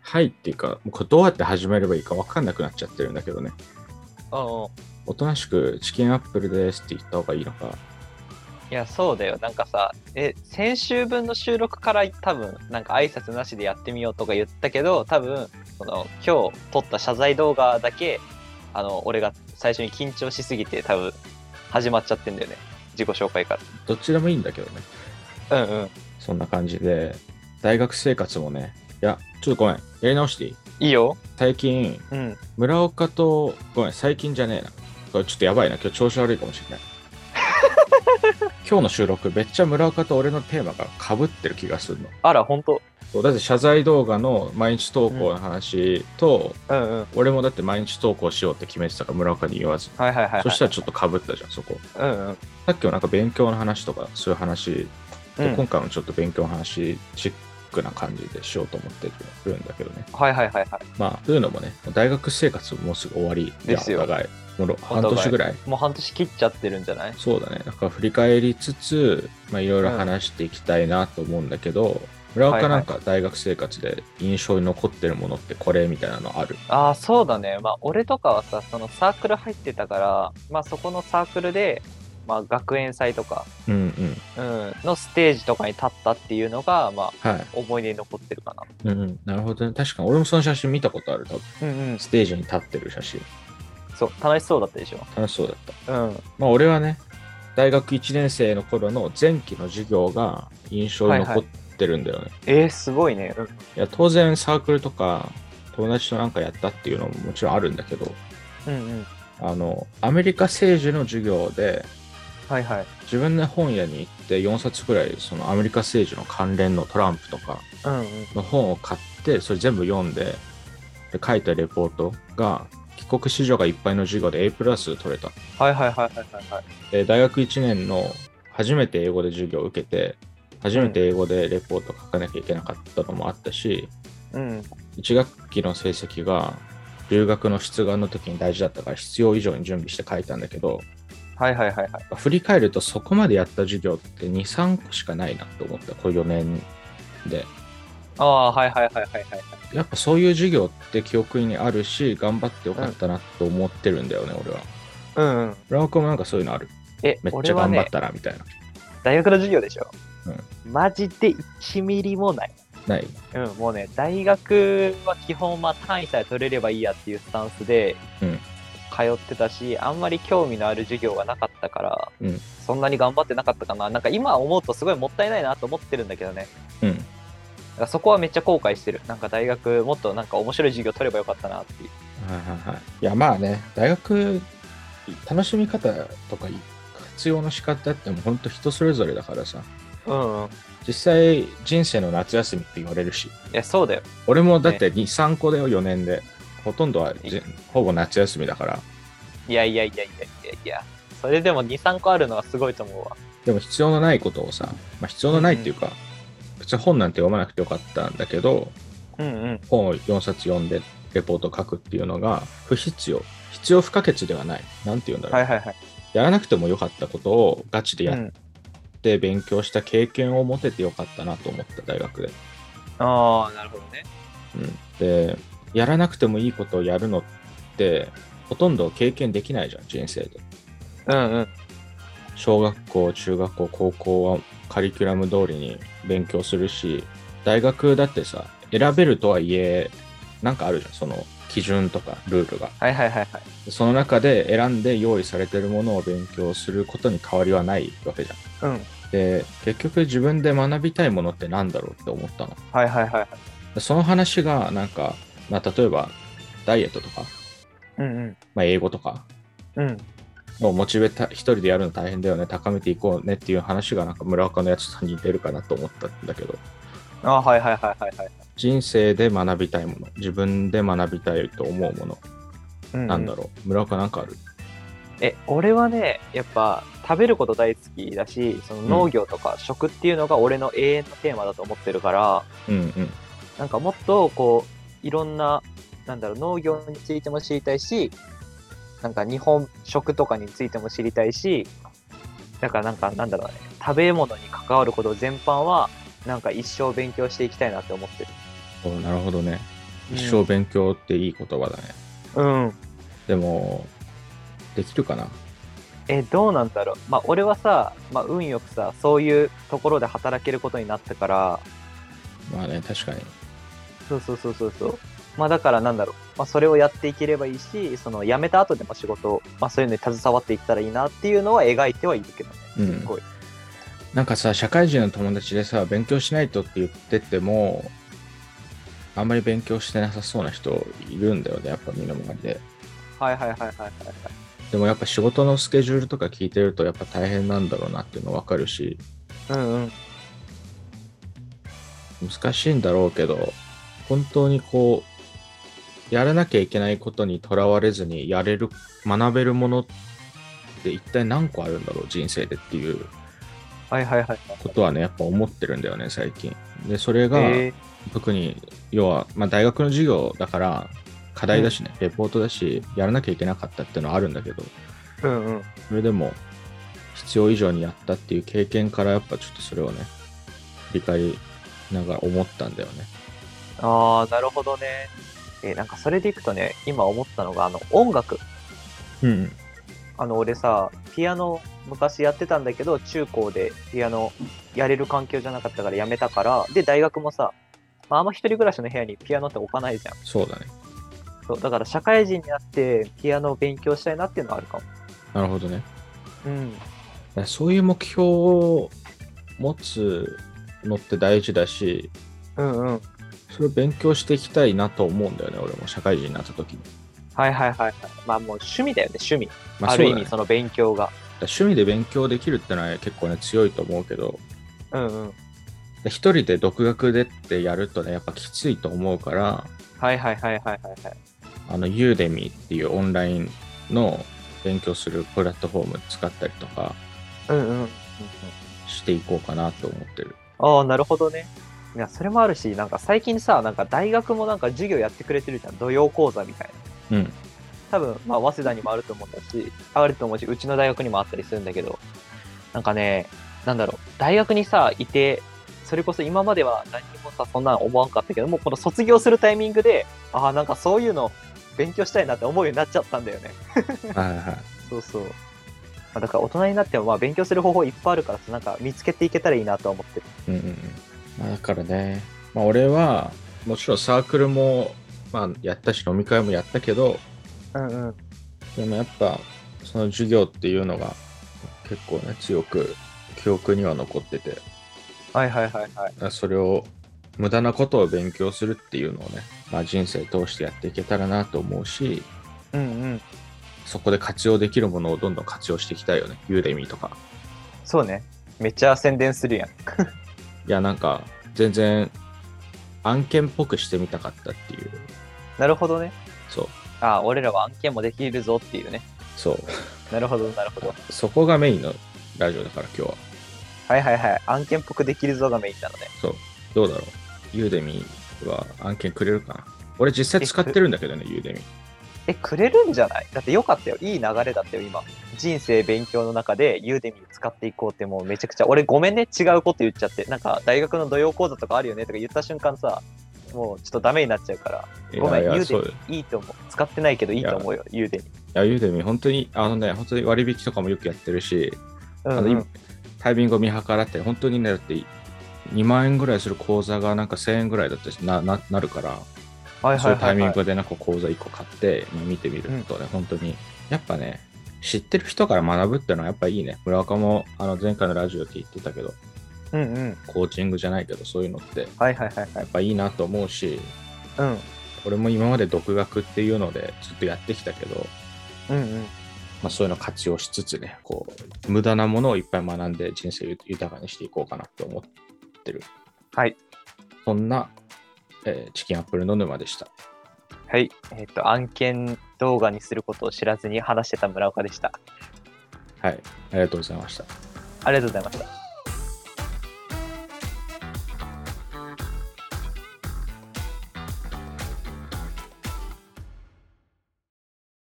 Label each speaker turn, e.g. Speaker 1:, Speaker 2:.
Speaker 1: はいっていうか、もうこれどうやって始めればいいか分かんなくなっちゃってるんだけどね。
Speaker 2: うんうん。
Speaker 1: おとなしくチキンアップルですって言った方がいいのか。
Speaker 2: いや、そうだよ。なんかさ、え、先週分の収録から多分、なんか挨拶なしでやってみようとか言ったけど、多分、その、今日撮った謝罪動画だけ、あの、俺が最初に緊張しすぎて、多分、始まっちゃってんだよね。自己紹介か
Speaker 1: どっちでもいいんだけどね。
Speaker 2: ら。うんうん。
Speaker 1: そんな感じで、大学生活もね、いや、ちょっとごめん、やり直していい
Speaker 2: いいよ。
Speaker 1: 最近、
Speaker 2: うん。
Speaker 1: 村岡と、ごめん、最近じゃねえな。これちょっとやばいな、今日調子悪いかもしれない。今日の収録、めっちゃ村岡と俺のテーマがかぶってる気がするの。
Speaker 2: あら、ほんと。
Speaker 1: そうだって謝罪動画の毎日投稿の話と、
Speaker 2: うんうん。
Speaker 1: 俺もだって毎日投稿しようって決めてたから村岡に言わず。
Speaker 2: はいはいはい、はい。
Speaker 1: そしたらちょっとかぶったじゃん、そこ。
Speaker 2: うんうん。
Speaker 1: さっきもなんか勉強の話とか、そういう話
Speaker 2: うん
Speaker 1: 今回もちょっと勉強の話チックな感じでしようと思ってるんだけどね。
Speaker 2: はいはいはいは
Speaker 1: まあ、というのもね、大学生活もうすぐ終わりじゃん
Speaker 2: ですよ
Speaker 1: お互い。もうろ
Speaker 2: 互
Speaker 1: 半
Speaker 2: い
Speaker 1: 年ぐらい。
Speaker 2: い。もう半年切っちゃってるんじゃない
Speaker 1: そうだね。だから振り返りつつ、まあ、いろいろ
Speaker 2: うん
Speaker 1: 話していきたいなと思うんだけど、村岡なんか大学生活で印象に残ってるものってこれみたいなのある。
Speaker 2: ああそうだねまあ俺とかはさそのサークル入ってたからまあそこのサークルで、まあ、学園祭とか、
Speaker 1: うんうん。
Speaker 2: うん、のステージとかに立ったっていうのがま
Speaker 1: はい。
Speaker 2: あ思い出に残ってるかな
Speaker 1: うんうん。なるほどね。確かに俺もその写真見たことある。多分
Speaker 2: うんうん
Speaker 1: ステージに立ってる写真。
Speaker 2: そう楽しそうだったでしょ
Speaker 1: 楽しそうだった。
Speaker 2: うん
Speaker 1: まあ、俺はね、大学1年生の頃の前期の授業が印象に残ってるんだよね。い
Speaker 2: えー、すごいねうん
Speaker 1: や当然サークルとか友達となんかやったっていうのももちろんあるんだけど、
Speaker 2: うんうん
Speaker 1: あのアメリカ政治の授業で
Speaker 2: はいはい
Speaker 1: 自分の本屋に行って4冊ぐらいそのアメリカ政治の関連のトランプとか
Speaker 2: うんうん
Speaker 1: の本を買ってそれ全部読んでで書いたレポートが帰国子女がいっぱいの授業で A プラス取れた
Speaker 2: はいはいはいはいはいはい
Speaker 1: で大学1年の初めて英語で授業を受けて初めて英語でレポート書かなきゃいけなかったのもあったし、
Speaker 2: うん
Speaker 1: 1学期の成績が留学の出願の時に大事だったから必要以上に準備して書いたんだけど
Speaker 2: はいはいはいはい
Speaker 1: 振り返るとそこまでやった授業って23個しかないなと思ったこう4年で
Speaker 2: ああはいはいはいはいはい
Speaker 1: やっぱそういう授業って記憶にあるし頑張ってよかったなと思ってるんだよね、俺は
Speaker 2: うんうん
Speaker 1: 村岡もなんかそういうのある
Speaker 2: え
Speaker 1: めっち
Speaker 2: 俺
Speaker 1: ゃ
Speaker 2: は
Speaker 1: 頑張
Speaker 2: ね
Speaker 1: ったなみたいな、
Speaker 2: 大学の授業でしょ、マジで1ミリもない
Speaker 1: ない
Speaker 2: うん、もうね、大学は基本、まあ、単位さえ取れればいいやっていうスタンスで、
Speaker 1: うん
Speaker 2: 通ってたし、あんまり興味のある授業がなかったから、
Speaker 1: うん
Speaker 2: そんなに頑張ってなかったかな。なんか今思うとすごいもったいないなと思ってるんだけどね。
Speaker 1: うん
Speaker 2: なんかそこはめっちゃ後悔してる。なんか大学もっとなんか面白い授業取ればよかったなっていう。
Speaker 1: はいはいはい。いやまあね、大学、楽しみ方とか活用の仕方ってもう本当人それぞれだからさ、
Speaker 2: うん、うん。い
Speaker 1: 実際人生の夏休みって言われるし、
Speaker 2: や、そうだよ。
Speaker 1: 俺もだって2、3個だよ、4年で。ほとんどはじ
Speaker 2: い
Speaker 1: ほぼ夏休みだから、
Speaker 2: いやいやいやいやいやいや。それでも2、3個あるのはすごいと思うわ。
Speaker 1: でも必要のないことをさ、まあ、必要のないっていうか、別に本なんて読まなくてよかったんだけど、
Speaker 2: うんうん。
Speaker 1: 本を4冊読んでレポート書くっていうのが不必要。必要不可欠ではない。なんて言うんだろう。
Speaker 2: はいはいはい。
Speaker 1: やらなくてもよかったことをガチでやっ
Speaker 2: うん、
Speaker 1: って勉強した経験を持ててよかったなと思った大学で、
Speaker 2: ああ、なるほどね。
Speaker 1: うん、でやらなくてもいいことをやるのってほとんど経験できないじゃん人生で
Speaker 2: うんうん。
Speaker 1: 小学校中学校高校はカリキュラム通りに勉強するし大学だってさ選べるとはいえなんかあるじゃんその基準とかルールが
Speaker 2: はいはいはいはい。
Speaker 1: その中で選んで用意されてるものを勉強することに変わりはないわけじゃん
Speaker 2: うん。
Speaker 1: で結局自分で学びたいものってなんだろうって思ったの
Speaker 2: はいはいはいはい。
Speaker 1: でその話がなんか、まあ、例えばダイエットとか、
Speaker 2: うんうん。
Speaker 1: まあ、英語とか
Speaker 2: うん。
Speaker 1: のモチベた一人でやるの大変だよね高めていこうねっていう話がなんか村岡のやつと似てるかなと思ったんだけど
Speaker 2: あはいはいはいはいはい。
Speaker 1: 人生で学びたいもの自分で学びたいと思うもの
Speaker 2: うう
Speaker 1: なんだろう、村岡なんかある
Speaker 2: え、俺はね、やっぱ食べること大好きだし、その農業とか食っていうのが俺の永遠のテーマだと思ってるから、
Speaker 1: うんうん
Speaker 2: なんかもっとこう、いろんな、なんだろう、農業についても知りたいし、なんか日本食とかについても知りたいし、だからなんかなんだろうね、食べ物に関わること全般は、なんか一生勉強していきたいなって思ってる。
Speaker 1: おなるほどね一生勉強っていい言葉だね。
Speaker 2: うん
Speaker 1: でも、できるかな
Speaker 2: えどうなんだろうまあ俺はさ、まあ、運よくさそういうところで働けることになったから
Speaker 1: まあね、確かに。
Speaker 2: そうそうそうそうそうまあだからなんだろう、まあ、それをやっていければいいしその辞めた後でも仕事を、まあ、そういうのに携わっていったらいいなっていうのは描いてはいるけどね
Speaker 1: うん
Speaker 2: すっごい、
Speaker 1: なんかさ、社会人の友達でさ、勉強しないとって言ってても、あんまり勉強してなさそうな人いるんだよね、やっぱ身の回りで。
Speaker 2: はいはいはいはいはい
Speaker 1: でもやっぱ仕事のスケジュールとか聞いてると、やっぱ大変なんだろうなっていうの分かるし、
Speaker 2: はいうんうん
Speaker 1: 難しいんだろうけど、本当にこう、やらなきゃいけないことにとらわれずに、やれる、学べるものって一体何個あるんだろう、人生でっていう
Speaker 2: はいはいはい
Speaker 1: ことはね、やっぱ思ってるんだよね、最近。で、それが、
Speaker 2: え
Speaker 1: 特に要は、まあ、大学の授業だから課題だしね、レポートだしやらなきゃいけなかったっていうのはあるんだけど
Speaker 2: ーうんうん
Speaker 1: それでも必要以上にやったっていう経験からやっぱちょっとそれをね振り返りながら思ったんだよね
Speaker 2: ああなるほどねえなんかそれでいくとね今思ったのがあの音楽
Speaker 1: うん
Speaker 2: あの俺さピアノ昔やってたんだけど中高でピアノやれる環境じゃなかったからやめたからで大学もさ、まあ、あんま一人暮らしの部屋にピアノって置かないじゃん
Speaker 1: そうだね
Speaker 2: そうだから社会人になってピアノを勉強したいなっていうのはあるかも
Speaker 1: なるほどね
Speaker 2: うん
Speaker 1: だからそういう目標を持つのって大事だし
Speaker 2: うんうん
Speaker 1: それを勉強していきたいなと思うんだよね俺も社会人になった時に、
Speaker 2: はいはいはいはいまあもう趣味だよね趣味、
Speaker 1: まあ、
Speaker 2: ある
Speaker 1: そう
Speaker 2: 意
Speaker 1: だね
Speaker 2: 味その勉強
Speaker 1: だ
Speaker 2: が
Speaker 1: から趣味で勉強できるってのは結構ね強いと思うけど
Speaker 2: うんうん
Speaker 1: で一人で独学でってやるとねやっぱきついと思うから
Speaker 2: はいはいはいはいはいはい
Speaker 1: あのユーデミーっていうオンラインの勉強するプラットフォーム使ったりとか
Speaker 2: うんうんうんうん
Speaker 1: していこうかなと思ってる
Speaker 2: ああなるほどねいやそれもあるしなんか最近さなんか大学もなんか授業やってくれてるじゃん土曜講座みたいな
Speaker 1: うん
Speaker 2: 多分、まあ、早稲田にもあると思うんだし、あると思うし、うちの大学にもあったりするんだけど、なんかね、なんだろう、大学にさ、いて、それこそ今までは何にもさ、そんなの思わんかったけども、この卒業するタイミングで、ああ、なんかそういうの勉強したいなって思うようになっちゃったんだよね。
Speaker 1: はいはいはい
Speaker 2: そうそう。まあだから大人になってもまあ勉強する方法いっぱいあるからさ、なんか見つけていけたらいいなとは思ってる。
Speaker 1: うんうんうんまあだからね、まあ、俺はもちろんサークルも、まあ、やったし飲み会もやったけど
Speaker 2: うんうん。
Speaker 1: でもやっぱその授業っていうのが結構ね強く記憶には残ってて
Speaker 2: はいはいはいはい。
Speaker 1: あそれを無駄なことを勉強するっていうのをね、まあ、人生通してやっていけたらなと思うし
Speaker 2: うんうん。
Speaker 1: そこで活用できるものをどんどん活用していきたいよねユーデミーとか
Speaker 2: そうね。めっちゃ宣伝するやん。
Speaker 1: いやなんか全然案件っぽくしてみたかったっていう
Speaker 2: なるほどね。
Speaker 1: そう
Speaker 2: ああ、俺らは案件もできるぞっていうね。
Speaker 1: そう
Speaker 2: なるほど、なるほど。
Speaker 1: そこがメインのラジオだから今日は
Speaker 2: はいはいはい。案件っぽくできるぞがメインなのね。
Speaker 1: そうどうだろうユーデミーは案件くれるかな俺実際使ってるんだけどねユーデミー
Speaker 2: え、くれるんじゃないだってよかったよ。いい流れだったよ、今。人生勉強の中でユーデミー使っていこうってもうめちゃくちゃ。俺ごめんね、違うこと言っちゃって。なんか大学の土曜講座とかあるよねとか言った瞬間さ、もうちょっとダメになっちゃうから。
Speaker 1: い
Speaker 2: ご
Speaker 1: や
Speaker 2: めん、
Speaker 1: い
Speaker 2: ユ
Speaker 1: や
Speaker 2: ーデ
Speaker 1: そ
Speaker 2: ミ
Speaker 1: うだよ
Speaker 2: ーいいと思う。使ってないけどいいと思うよ、ユーデミー。
Speaker 1: いやユーデミー本当にあのね本当に割引とかもよくやってるし
Speaker 2: うん
Speaker 1: あの
Speaker 2: うん、
Speaker 1: 今タイミングを見計らって、本当にね、だって2万円ぐらいする口座がなんか1000円ぐらいだったしなななるから、
Speaker 2: はい
Speaker 1: そう
Speaker 2: はい
Speaker 1: いうタ
Speaker 2: は
Speaker 1: イ
Speaker 2: い、
Speaker 1: ミン
Speaker 2: はい。
Speaker 1: グでなんか口座1個買って、まあ見てみるとね、本当に、やっぱね、知ってる人から学ぶっていうのはやっぱいいね。村岡もあの前回のラジオで言ってたけど、
Speaker 2: うんうん。
Speaker 1: コーチングじゃないけど、そういうのって、
Speaker 2: はいはいはいは
Speaker 1: や
Speaker 2: い
Speaker 1: っ。ぱいいなと思うし、
Speaker 2: うん。
Speaker 1: 俺も今まで独学っていうのでずっとやってきたけど、
Speaker 2: うんうん。
Speaker 1: まあ、そういうのを活用しつつね、こう、無駄なものをいっぱい学んで人生を豊かにしていこうかなと思ってる。
Speaker 2: はい。
Speaker 1: そんな、えーチキンアップルの沼でした。
Speaker 2: はい。えっ、と、案件動画にすることを知らずに話してた村岡でした。
Speaker 1: はい。ありがとうございました。
Speaker 2: ありがとうございました。